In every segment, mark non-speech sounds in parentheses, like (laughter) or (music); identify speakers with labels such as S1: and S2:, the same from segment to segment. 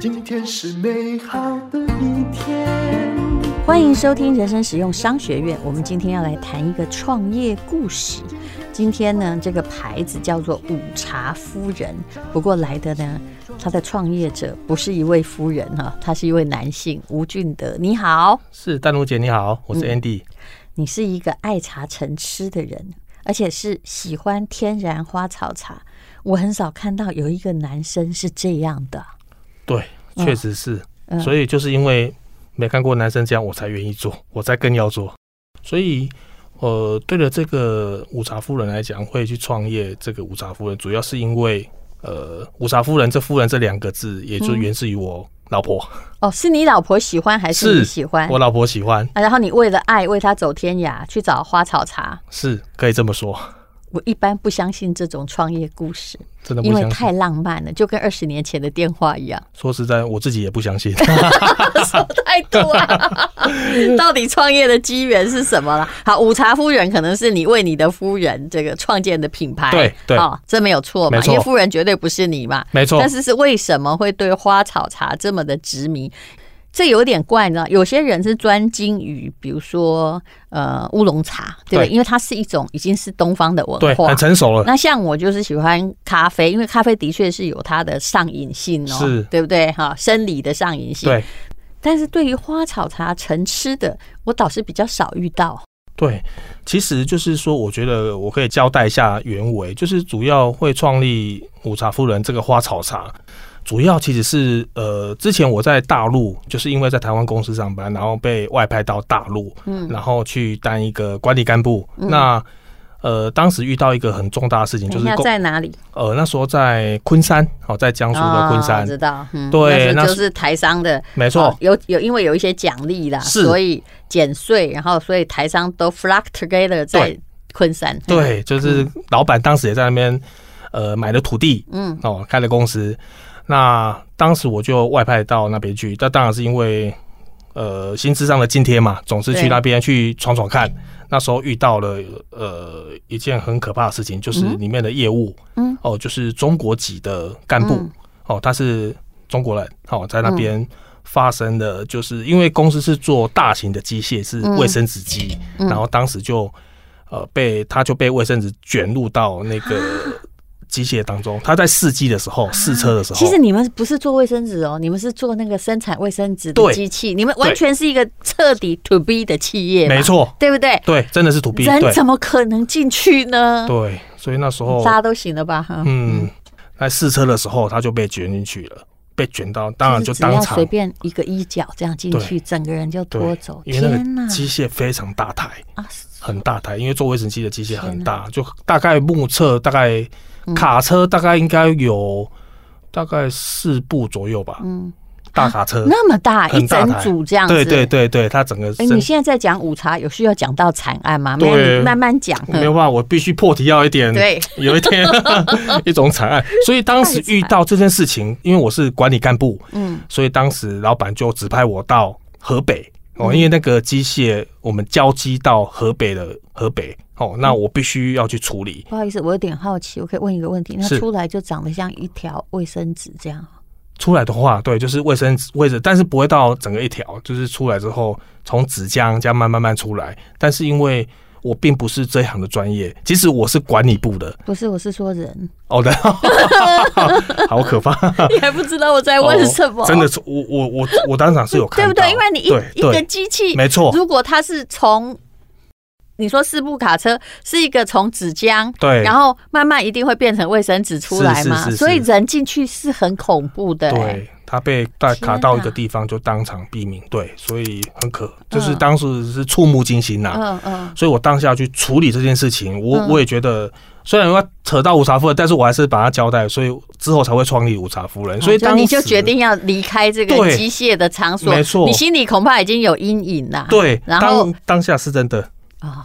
S1: 今天是美好的一天。
S2: 欢迎收听人生实用商学院。我们今天要来谈一个创业故事。今天呢，这个牌子叫做午茶夫人。不过来的呢，他的创业者不是一位夫人哈、他是一位男性吴俊德。你好，
S3: 是丹如姐，你好，我是
S2: 嗯
S3: Andy。
S2: 你是一个爱茶成痴的人，而且是喜欢天然花草茶。我很少看到有一个男生是这样的。呃
S3: 对，
S2: 嗯
S3: 确实是，所以就是因为没看过男生这样，我才愿意做，我才更要做。所以，呃，对了，这个午茶夫人来讲，会去创业这个午茶夫人，主要是因为，呃，午茶夫人这“夫人”这两个字，也就源自于我老婆，
S2: 哦，是你老婆喜欢嗯还是你
S3: 是
S2: 喜欢？
S3: 我老婆喜欢，
S2: 啊，然后你为了爱为他走天涯，去找花草茶。
S3: 是可以这么说，
S2: 我一般不相信这种创业故事，
S3: 真的不
S2: 因为
S3: 相信
S2: 太。浪漫了，就跟二十年前的电话一样， (laughs)
S3: 说实在，我自己也不相信。
S2: 太多
S3: (laughs)
S2: 了。到底创业的机缘是什么了？好，午茶夫人可能是你为你的夫人这个创建的品牌，
S3: 对对
S2: 哦，这没有错嘛，
S3: 没错
S2: 因为夫人绝对不是你嘛，
S3: 没错
S2: 但是是为什么会对花草茶这么的执迷？这有点怪，你知道，有些人是专精于，比如说呃乌龙茶，对不对？
S3: 对
S2: 因为它是一种已经是东方的文
S3: 对，
S2: 化，
S3: 很成熟了。
S2: 那像我就是喜欢咖啡，因为咖啡的确是有它的上瘾性哦，
S3: 是
S2: 对不对？哈，生理的上瘾性。
S3: 对，
S2: 但是对于花草茶成吃的，我倒是比较少遇到。
S3: 对，其实就是说，我觉得我可以交代一下原委，就是主要会创立午茶夫人这个花草茶，主要其实是呃，之前我在大陆，就是因为在台湾公司上班，然后被外派到大陆，嗯，然后去当一个管理干部。
S2: 嗯
S3: 那呃，当时遇到一个很重大的事情，就
S2: 等一
S3: 是
S2: 下
S3: 公
S2: 在哪里？
S3: 呃那时候在昆山，哦，在江苏的昆
S2: 哦
S3: 山，
S2: 知道，嗯，
S3: 对
S2: 那
S3: 那
S2: 时候
S3: 是
S2: 就是台商的，
S3: 没错
S2: 哦有有因为有一些奖励啦，
S3: 是
S2: 所以减税，然后所以台商都 flock together 在
S3: 对
S2: 昆山，嗯，
S3: 对，就是老板当时也在那边，呃，买了土地，
S2: 嗯，
S3: 哦，开了公司。那当时我就外派到那边去，那当然是因为呃薪资上的津贴嘛，总是
S2: 对
S3: 去那边去闯闯看。那时候遇到了呃一件很可怕的事情，就是里面的业务，
S2: 嗯，
S3: 哦，就是中国籍的干部，
S2: 嗯
S3: 哦，他是中国人，哦，在那边发生的，就是因为公司是做大型的机械，
S2: 嗯
S3: 是卫生纸机，然后当时就呃被他就被卫生纸卷入到那个
S2: (laughs)
S3: 机械当中。他在试机的时候，试车的时候，
S2: 其实你们不是做卫生纸哦，你们是做那个生产卫生纸的
S3: 对
S2: 机器，你们完全是一个彻底 to B 的企业，
S3: 没，错，
S2: 对不对？
S3: 对，真的是土 B，
S2: 人
S3: 对
S2: 怎么可能进去呢？
S3: 对，所以那时候
S2: 大家都行了吧？哈，
S3: 嗯，在试车的时候他就被卷进去了，被卷到当啊然就是
S2: 只要
S3: 当场
S2: 随便一个衣角这样进去，整个人就拖
S3: 对
S2: 走，。
S3: 因为那
S2: 天哪
S3: 个！机呃械非常大台。
S2: 啊，
S3: 很大台，因为做卫生机的机械很大，就大概目测大概
S2: 嗯
S3: 卡车大概应该有大概四部左右吧，
S2: 嗯，
S3: 大卡车，
S2: 那么大一
S3: 很大
S2: 整
S3: 台
S2: 组这样子，
S3: 对对。对对，它整个
S2: 哎，
S3: 身
S2: 你现在在讲午茶，有需要讲到惨案吗？没有，
S3: 对
S2: 你慢慢讲。
S3: 没有办法，我必须破题要一点，
S2: 对，
S3: (laughs) 有一
S2: (laughs)
S3: 天一种惨案，所以当时遇到这件事情，因为我是管理干部，
S2: 嗯，
S3: 所以当时老板就指派我到河北
S2: 嗯
S3: 哦，因为那个机械我们交机到河北的河北哦，那
S2: 嗯
S3: 我必须要去处理，
S2: 不好意思，我有点好奇，我可以问一个问题？那
S3: 是
S2: 出来就长得像一条卫生纸这样？
S3: 出来的话，对，就是卫生纸卫生，但是不会到整个一条，就是出来之后从纸浆这样慢慢慢出来。但是因为我并不是这一行的专业，其实我是管理部的，
S2: 不是，我是说
S3: (laughs)
S2: 人，
S3: 哦的，好可怕！
S2: 你还不知道哎我在问什么？
S3: 哦真的是我我我我当场是有看
S2: 对
S3: 到，
S2: 不对？因为你
S3: 对
S2: 一一个
S3: 对
S2: 机器，
S3: 没错
S2: 如果它是从你说四部卡车是一个从纸浆，
S3: 对
S2: 然后慢慢一定会变成卫生纸出来嘛，
S3: 是是是是
S2: 所以人进去是很恐怖的、欸。
S3: 对，他被带
S2: 天哪
S3: 卡到一个地方就当场毙命，对，所以很可，就是
S2: 嗯
S3: 当时是触目惊心呐、
S2: 嗯嗯，
S3: 所以我当下去处理这件事情，我、
S2: 嗯
S3: 我也觉得，虽然要扯到五茶夫人，但是我还是把它交代，所以之后才会创立五茶夫人。所以
S2: 哦就
S3: 当时
S2: 你就决定要离开这个
S3: 对
S2: 机械的场所，
S3: 没错
S2: 你心里恐怕已经有阴影啦。
S3: 对，
S2: 然后
S3: 当当下是真的
S2: 哦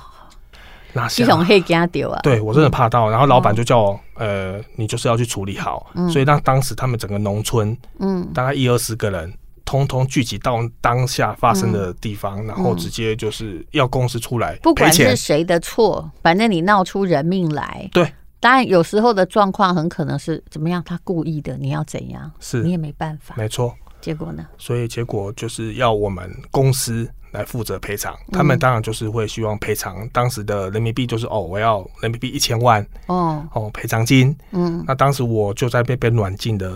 S3: 拿
S2: 系
S3: 下，
S2: 统黑给他丢啊，
S3: 对我真的怕到，然后老
S2: 哦
S3: 板就叫我，呃，你就是要去处理好。所以那当时他们整个农村
S2: 嗯，
S3: 大概一二十个人。通通聚集到当下发生的地方，然后直接就是要公司出来
S2: 嗯不
S3: 赔
S2: 管是
S3: 钱，
S2: 谁的错，反正你闹出人命来。
S3: 对，
S2: 当然有时候的状况很可能是怎么样，他故意的，你要怎样，
S3: 是
S2: 你也没办法。
S3: 没错，
S2: 结果呢？
S3: 所以结果就是要我们公司来负责赔偿。他们当然就是会希望赔偿当时的人民币，就是哦，我要人民币一千万
S2: 哦，
S3: 哦赔偿金。
S2: 嗯，
S3: 那当时我就在被被软禁的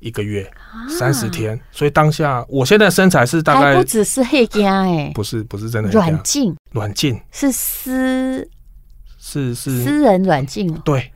S3: 一个月三十
S2: 啊，
S3: 天，所以当下我现在身材是大
S2: 还
S3: 概
S2: 不只是黑家哎，
S3: 不是不是真的很
S2: 软
S3: 像
S2: 禁
S3: 软禁
S2: 是私
S3: 是是，
S2: 私人软禁哦，
S3: 对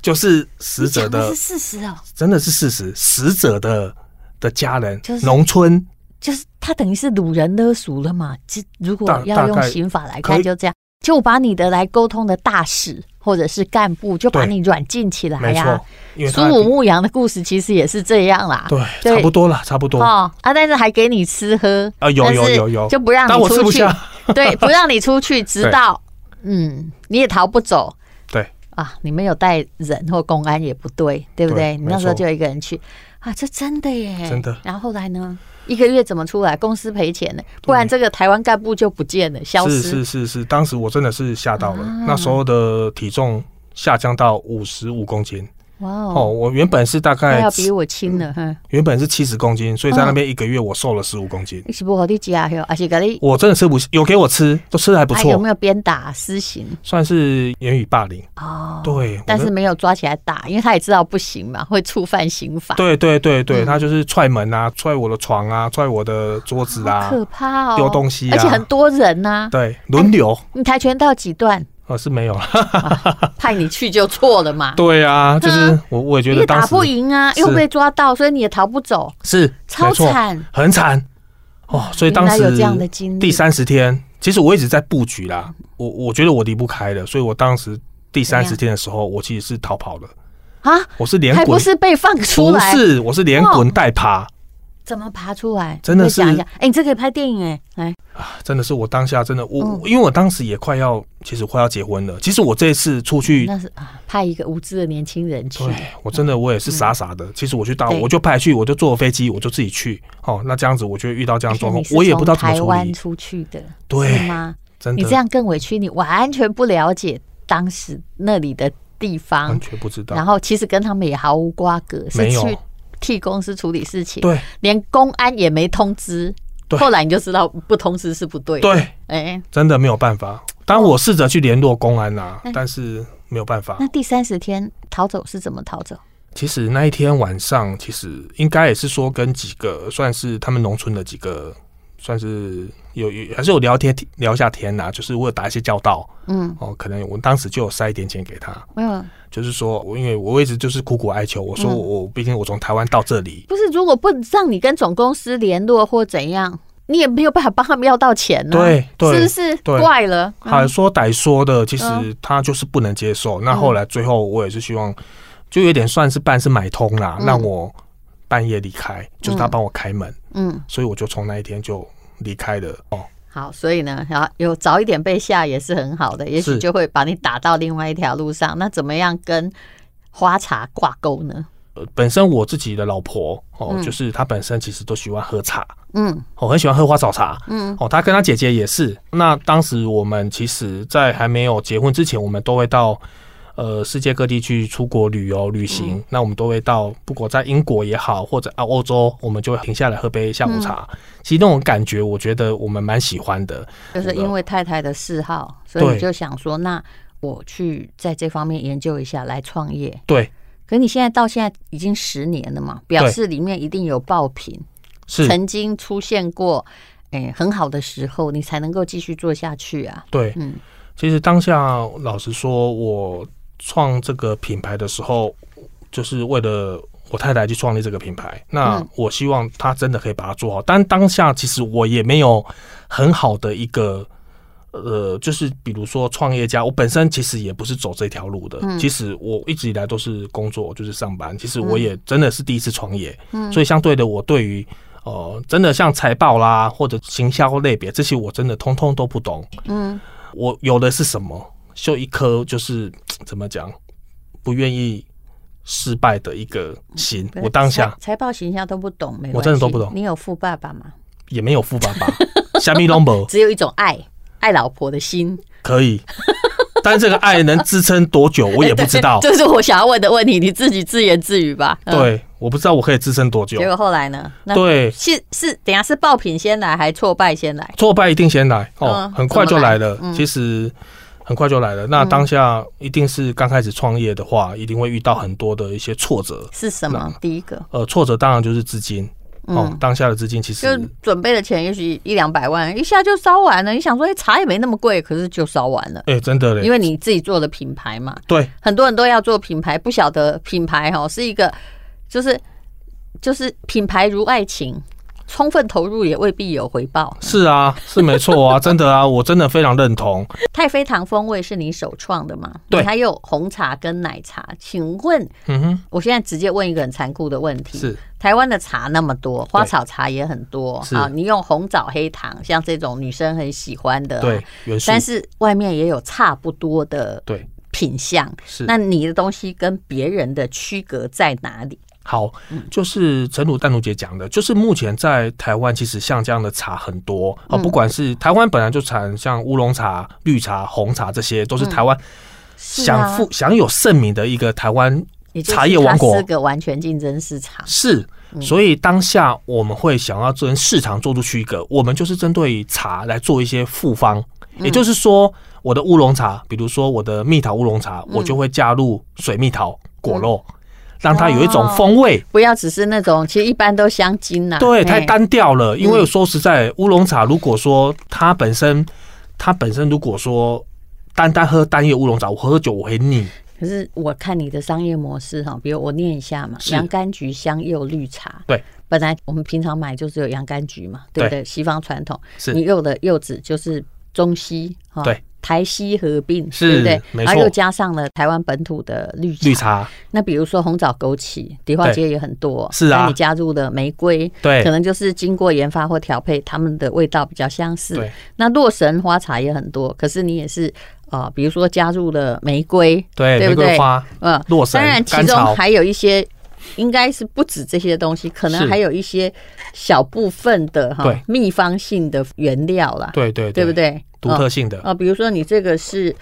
S3: 就是死
S2: 你
S3: 者
S2: 讲的
S3: 的
S2: 是事实哦，
S3: 真的是事实，死者的的家人
S2: 就，是
S3: 农村
S2: 就是他等于是掳人勒赎了嘛。这如果
S3: 大
S2: 要
S3: 大
S2: 用
S3: 概
S2: 刑法来
S3: 可
S2: 看，
S3: 以
S2: 就这样，就把你的来沟通的大使或者是干部，就把
S3: 对
S2: 你软禁起来
S3: 没
S2: 呀、
S3: 错，因为
S2: 苏
S3: 他
S2: 武牧羊的故事其实也是这样啦，
S3: 对
S2: 对
S3: 差不多了，差不多
S2: 哦啊，但是还给你吃喝
S3: 啊有
S2: 但
S3: 有
S2: 是
S3: 有有
S2: 就不让
S3: 但
S2: 你
S3: 我吃
S2: 出
S3: 不
S2: 去
S3: 下，，
S2: (laughs) 对，不让你出去，直到嗯你也逃不走
S3: 对。
S2: 啊，你没有带人或公安也不对，对不对？
S3: 对
S2: 你那时候
S3: 没错
S2: 就一个人去啊，这真的耶，
S3: 真的
S2: 然后后来呢？一个月怎么出来？公司赔钱呢？不然这个台湾干部就不见了，消失。
S3: 是是是是，当时我真的是吓到了，
S2: 啊
S3: 那时候的体重下降到五十五公斤
S2: 哇
S3: 哦，
S2: 哦，
S3: 我原本是嗯大
S2: 他
S3: 概
S2: 要比我嗯轻了，哼，
S3: 原本是七十公斤，所以在那边一个月我瘦了十五公斤，
S2: 你是不好的家伙，而且给你
S3: 我真的吃不有给我吃，都吃的还不
S2: 啊还有
S3: 错
S2: 没，有鞭打私刑？
S3: 算是言语霸凌，
S2: 哦，
S3: 对，我
S2: 但
S3: 的
S2: 是没有抓起来打，因为他也知道不行嘛，会触犯刑法。
S3: 对对对
S2: 嗯
S3: 对，他就是踹门啊，踹我的床啊，踹我的桌子
S2: 好
S3: 啊，
S2: 可怕哦，
S3: 丢东西啊
S2: 而且很多人呐、
S3: 对，轮流
S2: 你跆拳道几
S3: (laughs)
S2: 段？
S3: 呃是没有了，
S2: 派你去就错了嘛，
S3: 对啊，就是
S2: 嗯
S3: 我我也觉
S2: 你
S3: 得
S2: 也
S3: 当
S2: 打
S3: 时
S2: 不赢啊，
S3: 是
S2: 又被抓到，所以你也逃不走，
S3: 是
S2: 超
S3: 没错
S2: 惨。
S3: 很惨哦，所以当时
S2: 原来有这样的经历
S3: 第三十天，其实我一直在布局啦，我我觉得我离不开了，所以我当时第
S2: 怎样
S3: 三十天的时候，我其实是逃跑的，
S2: 啊，
S3: 我是连
S2: 还不
S3: 滚，
S2: 是被放出
S3: 不
S2: 来？
S3: 是，我是连滚带爬，
S2: 怎么爬出来？
S3: 真的
S2: 你
S3: 是
S2: 讲一讲，哎、你这可以拍电影哎、来，
S3: 真的是我当下真的我，
S2: 嗯
S3: 因为我当时也快要，其实快要结婚了，其实我这一次出去。
S2: 那是啊，派一个无知的年轻人去
S3: 对，我真的我也是傻傻的。其实我去大，
S2: 嗯对
S3: 我就派去，我就坐飞机，我就自己去。哦，那这样子我就会遇到这样
S2: 而
S3: 的
S2: 且
S3: 状况
S2: 你，是
S3: 我也不知道
S2: 从
S3: 怎么
S2: 台
S3: 处
S2: 湾
S3: 理。
S2: 出去的，是
S3: 对，
S2: 吗？
S3: 真
S2: 你
S3: 的
S2: 这样更委屈，你完全不了解当时那里的地方
S3: 完，全不知道
S2: 然。后其实跟他们也毫无瓜葛，是
S3: 没有
S2: 去替公司处理事情，
S3: 对
S2: 连公安也没通知。
S3: 对
S2: 后来你就知道不通知是不对。，
S3: 对，
S2: 哎，
S3: 真的没有办法。当我试着去联络公安啊
S2: 嗯，
S3: 但是没有办法
S2: 那。第三十天逃走是怎么逃走？
S3: 其实那一天晚上，其实应该也是说跟几个算是他们农村的几个，算是有有还是有聊天聊一下天呐、就是我有打一些交道
S2: 嗯，
S3: 哦，可能我当时就有塞一点钱给他，
S2: 没有，
S3: 就是说我因为我一直就是苦苦哀求，我说
S2: 嗯
S3: 我我毕竟我从台湾到这里，
S2: 不是如果不让你跟总公司联络或怎样，你也没有办法帮他们要到钱呢、
S3: 对对
S2: 是不是
S3: 对
S2: 怪了？
S3: 好说歹说的，其实
S2: 嗯
S3: 他就是不能接受。那后来最后我也是希望，就有点算是半是买通啦，
S2: 嗯
S3: 让我半夜离开，就是他
S2: 嗯
S3: 帮我开门，
S2: 嗯，
S3: 所以我就从那一天就离开了。哦，
S2: 好，所以呢，然后有早一点被吓也是很好的，也许
S3: 是
S2: 就会把你打到另外一条路上。那怎么样跟花茶挂钩呢？
S3: 呃本身我自己的老婆哦，
S2: 嗯
S3: 就是她本身其实都喜欢喝茶，
S2: 嗯
S3: 我、哦很喜欢喝花草茶。
S2: 嗯，
S3: 哦，她跟她姐姐也是。那当时我们其实，在还没有结婚之前，我们都会到呃世界各地去出国旅游旅行。那我们都会到，不管在英国也好，或者啊欧洲，我们就会停下来喝杯下午茶。其实那种感觉，我觉得我们蛮喜欢的。
S2: 就是因为太太的嗜好，所
S3: 对
S2: 以你就想说，那我去在这方面研究一下，来创业。
S3: 对，
S2: 可你现在到现在已经十年了嘛，表示里面一定有爆品，
S3: 是，
S2: 曾经出现过，哎、很好的时候，你才能够继续做下去啊。
S3: 对。
S2: 嗯
S3: 其实当下，老实说，我创这个品牌的时候，就是为了我太太去创立这个品牌。那
S2: 嗯
S3: 我希望她真的可以把它做好，但当下其实我也没有很好的一个。呃，就是比如说创业家，我本身其实也不是走这条路的。
S2: 嗯
S3: 其实我一直以来都是工作，就是上班。其实
S2: 嗯
S3: 我也真的是第一次创业，
S2: 嗯
S3: 所以相对的，我对于呃，真的像财报啦或者行销类别这些，我真的通通都不懂。
S2: 嗯
S3: 我有的是什么？就一颗就是怎么讲，不愿意失败的一个心。我当下
S2: 财财报形象都不懂，没关系
S3: 我真的都不懂
S2: 你有富爸爸吗？
S3: 也没有 (laughs) 富爸爸，虾米 number
S2: 只有一种爱，爱老婆的心。
S3: 可以，但这个爱能支撑多久，我也不 (laughs) 知 (laughs) 道。
S2: (laughs) 这是我想要问的问题，你自己自言自语吧。嗯，
S3: 对，我不知道我可以支撑多久
S2: 结。果后来呢？那
S3: 对，
S2: 是是，等一下是爆品先来，还挫败先来？
S3: 挫败一定先来哦
S2: 嗯，
S3: 很快就来了
S2: 怎么来嗯。嗯
S3: 其实很快就来了。那当下一定是刚开始创业的话，一定会遇到很多的一些挫折。
S2: 是什么？第一个，
S3: 呃，挫折当然就是资金哦
S2: 嗯，，
S3: 当下的资金其
S2: 就
S3: 实
S2: 准备的钱也许一两百万，一下就烧完了。你想说，哎，茶也没那么贵，可是就烧完了，
S3: 哎，真的
S2: 因
S3: 嘞，
S2: 为你自己做的品牌嘛，
S3: 对
S2: 很多人都要做品牌，不晓得品牌哈是一个，就是就是品牌如爱情，充分投入也未必有回报。
S3: 是啊，是没错啊， (laughs) 真的啊，我真的非常认同。
S2: 太妃糖风味是你首创的吗？
S3: 对
S2: 你还有红茶跟奶茶。请问，
S3: 嗯哼，
S2: 我现在直接问一个很残酷的问题：
S3: 是
S2: 台湾的茶那么多，花草茶也很多，
S3: 是
S2: 好，你用红枣黑糖，像这种女生很喜欢的、啊
S3: 对，元素
S2: 但是外面也有差不多的
S3: 对
S2: 品相，
S3: 是。
S2: 那你的东西跟别人的区隔在哪里？
S3: 好，就是陈鲁淡如姐讲的，就是目前在台湾，其实像这样的茶很多啊、
S2: 嗯
S3: 不管是台湾本来就产像乌龙茶、绿茶、红茶，这些都是台湾
S2: 嗯是
S3: 享
S2: 啊
S3: 负、享有盛名的一个台湾
S2: 也就是
S3: 茶叶王
S2: 它
S3: 国
S2: 是。个完全竞争市场。
S3: 是，
S2: 嗯
S3: 所以当下我们会想要跟市场做出区隔，我们就是针对茶来做一些复方，
S2: 嗯
S3: 也就是说，我的乌龙茶，比如说我的蜜桃乌龙
S2: 嗯
S3: 茶，我就会加入水蜜桃果肉，让它有一种
S2: 哦
S3: 风味。
S2: 不要只是那种，其实一般都香精呐、
S3: 对，
S2: 嘿
S3: 太单调了。因
S2: 嗯
S3: 为说实在，乌龙茶如果说它本身，它本身如果说单单喝单叶乌龙茶，我喝酒我会腻。
S2: 可是我看你的商业模式哈，比如我念一下嘛，
S3: 是
S2: 洋甘菊香柚绿茶。
S3: 对，
S2: 本来我们平常买就只有洋甘菊嘛，对不对？西方传统，
S3: 是
S2: 你柚的柚子就是中西哈，
S3: 对，
S2: 台西合并，
S3: 是
S2: 对不对？
S3: 没
S2: 然后
S3: 错
S2: 又加上了台湾本土的绿茶。
S3: 绿茶
S2: 那比如说红枣枸杞，迪化街也很多，
S3: 是啊
S2: 那你加入了玫瑰，
S3: 对
S2: 可能就是经过研发或调配，它们的味道比较相似。
S3: 对，
S2: 那洛神花茶也很多，可是你也是呃，比如说加入了玫瑰，
S3: 对
S2: 对
S3: 玫
S2: 不对
S3: 瑰花，
S2: 嗯，
S3: 洛神
S2: 当然其
S3: 甘
S2: 中
S3: 草
S2: 还有一些。应该是不止这些东西，可能
S3: 是
S2: 还有一些小部分的哈
S3: 对
S2: 秘方性的原料啦，
S3: 对对
S2: 对不？对？
S3: 独特性的
S2: 啊、哦比如说你这个是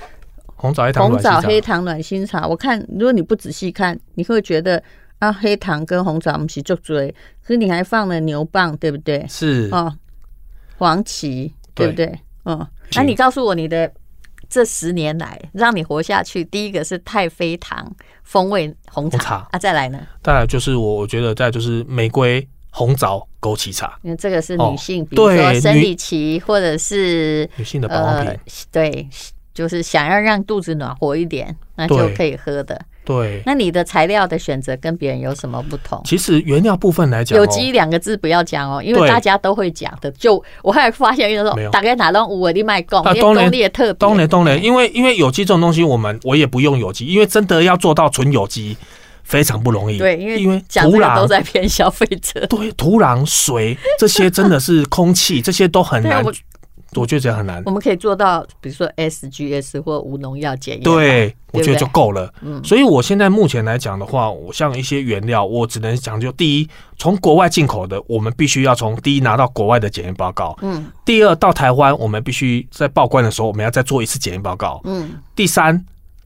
S3: 红枣黑糖
S2: 红
S3: 软
S2: 枣、
S3: 茶，
S2: 黑糖、暖心茶，我看如果你不仔细看，你会觉得啊，黑糖跟红枣我们一起就追，可是你还放了牛蒡，对不对？
S3: 是
S2: 哦，黄芪，对不
S3: 对
S2: 对？嗯，
S3: 是
S2: 那你告诉我你的这十年来让你活下去，第一个是太妃糖风味红茶
S3: 红茶
S2: 啊，再来呢？
S3: 再来就是我我觉得再来就是玫瑰红枣枸杞茶，
S2: 因为这个是
S3: 哦
S2: 女性，比如说
S3: 对
S2: 生
S3: 女
S2: 理期或者是
S3: 女性的保养品。，
S2: 呃对，就是想要让肚子暖和一点，那就
S3: 对
S2: 可以喝的。
S3: 对，
S2: 那你的材料的选择跟别人有什么不同？
S3: 其实原料部分来讲、哦，
S2: 有机两个字不要讲哦，因为
S3: 对
S2: 大家都会讲的。就我后来发现，就是说
S3: 没有
S2: 大概哪拢有我的卖供，
S3: 啊
S2: 因
S3: 当然
S2: 为力也特别。
S3: 当然，当然，因为因为有机这种东西，我们我也不用有机，因为真的要做到纯有机非常不容易。
S2: 对，因为
S3: 因为
S2: 讲这
S3: 土
S2: 个都
S3: 壤
S2: 在骗消费者。(laughs)
S3: (laughs) 对土壤、水这些真的是空气，这些都很
S2: 对啊
S3: 难
S2: 我。
S3: 我觉得这样很难
S2: 我。们可以做到，比如说 SGS 或无农药检验。，
S3: 对，
S2: 对
S3: 我
S2: 不
S3: 觉得就
S2: 对
S3: 够了。
S2: 嗯
S3: 所以我现在目前来讲的话，我像一些原料，我只能讲究第一，从国外进口的，我们必须要从第一拿到国外的检验报告；
S2: 嗯
S3: 第二，到台湾，我们必须在报关的时候，我们要再做一次检验报告；
S2: 嗯
S3: 第三，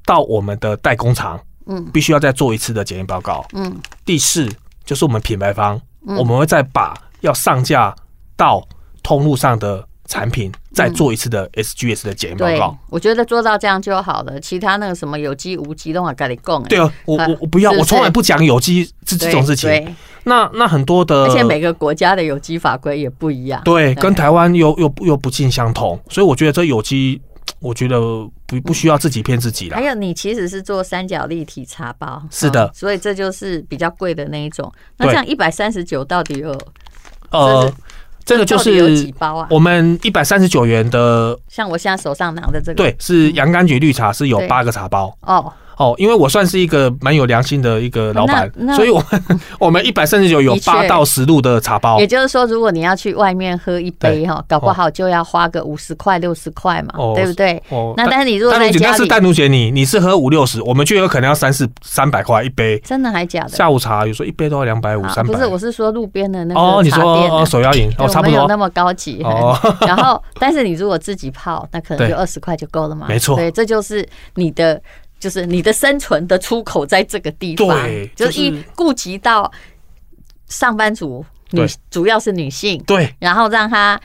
S3: 到我们的代工厂，
S2: 嗯
S3: 必须要再做一次的检验报告。
S2: 嗯，
S3: 第四就是我们品牌方，
S2: 嗯
S3: 我们会再把要上架到通路上的产
S2: 嗯
S3: 品再做一次的 SGS 的检验报
S2: 对
S3: 告。，
S2: 我觉得做到这样就好了。其他那个什么有机无机都我跟你供。
S3: 对
S2: 哎，
S3: 啊，我
S2: 啊
S3: 我我不要，
S2: 是不
S3: 我
S2: 是
S3: 从来不讲有机这
S2: 对
S3: 这种事情。
S2: 对，
S3: 那那很多的，
S2: 而且每个国家的有机法规也不一样。
S3: 呃对跟台湾又又又不尽相同，所以我觉得这有机，我觉得不不需要自己骗自己啦
S2: 还。有，你其实是做三角立体茶包，
S3: 是的
S2: 嗯所以这就是比较贵的那一种。那这
S3: 对
S2: 样一百三十九到底有
S3: 呃，这个就
S2: 到底有
S3: 是
S2: 几包啊？
S3: 我们一百三十九元的，
S2: 像我现在手上拿的这个，
S3: 对，是洋甘菊绿茶是有
S2: 嗯对
S3: 八个茶包。
S2: 哦，
S3: 哦，因为我算是一个蛮有良心的一个老板
S2: 那那，
S3: 所以我们
S2: (laughs)
S3: 我们一百三十九有
S2: 的确
S3: 八到十路的茶包
S2: 也就是说，如果你要去外面喝一杯哈，搞不好就要花个五十块、六十块嘛，
S3: 哦
S2: 对不对？
S3: 哦。
S2: 那但是你如果
S3: 丹
S2: 在
S3: 如姐，
S2: 家
S3: 那是
S2: 里，
S3: 丹如姐你，你是喝五六十，我们去喝可能要三四三百块一杯，
S2: 真的还假的？
S3: 下午茶有时候一杯都要两百五
S2: 啊
S3: 三百。
S2: 不是，我是说路边的那
S3: 哦，
S2: 个
S3: 你
S2: 茶
S3: 说
S2: 店啊、
S3: 哦手摇饮
S2: 对
S3: 哦，差不
S2: 我们没有
S3: 多
S2: 那么高级。
S3: 哦，
S2: (laughs) 然后，但是你如果自己泡，那可能
S3: 对
S2: 就二十块就够了嘛。
S3: 没错
S2: 对，这就是你的，就是你的生存的出口在这个地方，
S3: 对
S2: 就是
S3: 就
S2: 一
S3: 是
S2: 顾及到上班族女
S3: 对，
S2: 主要是女性，
S3: 对
S2: 然后让她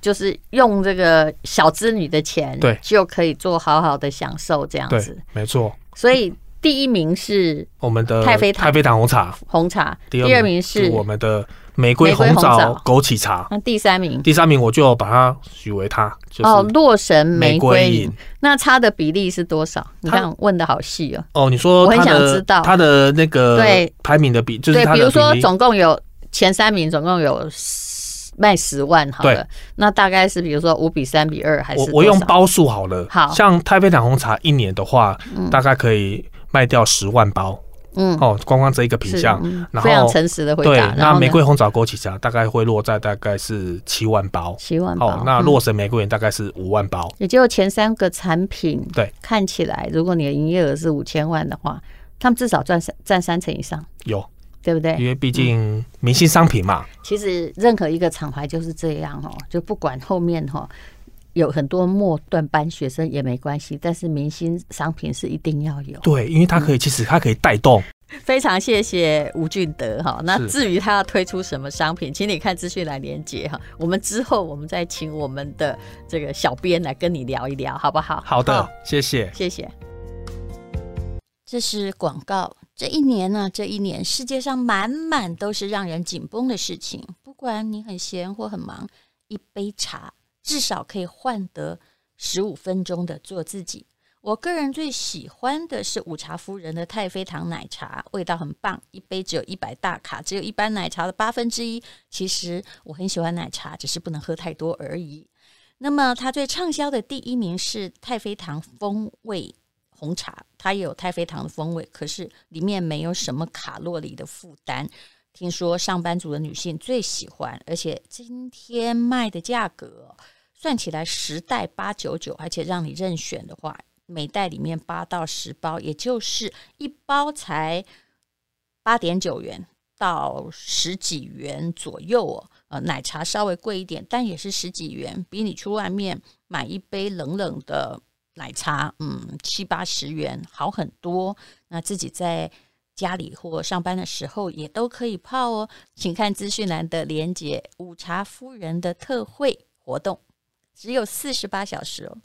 S2: 就是用这个小资女的钱，
S3: 对
S2: 就可以做好好的享受这样
S3: 对
S2: 子。，
S3: 没错。
S2: 所以第一名是
S3: 我们的
S2: 太妃糖
S3: 红茶，
S2: 红茶，第
S3: 二
S2: 二名是
S3: 我们的玫瑰红
S2: 玫瑰红
S3: 枣
S2: 枣
S3: 枸杞茶，
S2: 那第三名
S3: 第三名我就把它许为它，就
S2: 哦，
S3: 是
S2: 洛神玫
S3: 玫
S2: 瑰
S3: 瑰
S2: 饮
S3: 饮。。
S2: 那它的比例是多少？你
S3: 它
S2: 看问的好细哦。
S3: 哦，你说
S2: 我很
S3: 它
S2: 想
S3: 的
S2: 知道
S3: 它的那个
S2: 对
S3: 排名的比，就是
S2: 对，
S3: 它
S2: 比
S3: 的
S2: 如说
S3: 比例
S2: 总共有前三名，总共有10卖十万好了
S3: 对，
S2: 那大概是比如说五比三比二还是
S3: 我
S2: 多
S3: 我用
S2: 少
S3: 包数好了，
S2: 好
S3: 像太妃糖红茶一年的话，大概可以卖掉十万包
S2: 嗯
S3: 哦，光光这一个品
S2: 是
S3: 相
S2: 嗯，
S3: 然
S2: 非常
S3: 后
S2: 诚实的回
S3: 对
S2: 答。，然
S3: 那
S2: 后
S3: 玫
S2: 呢？
S3: 瑰红枣枸杞茶大概会落在大概是七万包，
S2: 七万
S3: 哦
S2: 包，，
S3: 那
S2: 嗯
S3: 洛神玫瑰园大概是五万包，
S2: 也就前三个产品，
S3: 对，
S2: 看起来如果你的营业额是五千万的话，他们至少占三占三成以上，
S3: 有，
S2: 对不对？嗯
S3: 因为毕竟明星商品嘛，
S2: 其实任何一个厂牌就是这样哦，就不管后面哈、哦、有很多末段班学生也没关系，但是明星商品是一定要有。
S3: 对，因为它
S2: 嗯
S3: 可以其实它可以带动，
S2: 非常谢谢吴俊德哈、那
S3: 是
S2: 至于他要推出什么商品，请你看资讯来连接哈、我们之后我们再请我们的这个小编来跟你聊一聊，好不好？
S3: 好的，谢谢。
S2: 谢谢。这是广告。这一年呢、这一年，世界上满满都是让人紧绷的事情。不管你很闲或很忙，一杯茶至少可以换得十五分钟的做自己。我个人最喜欢的是午茶夫人的太妃糖奶茶，味道很棒，一杯只有一百大卡，只有一般奶茶的八分之一。其实我很喜欢奶茶，只是不能喝太多而已。那么它最畅销的第一名是太妃糖风味红茶，它也有太妃糖的风味，可是里面没有什么卡路里的负担。听说上班族的女性最喜欢，而且今天卖的价格算起来十袋八九九，而且让你任选的话，每袋里面八到十包，也就是一包才八点九元到十几元左右哦。呃，奶茶稍微贵一点，但也是十几元，比你去外面买一杯冷冷的奶茶，嗯，七八十元好很多。那自己在家里或上班的时候也都可以泡哦。请看资讯栏的连结，午茶夫人的特惠活动只有四十八小时哦。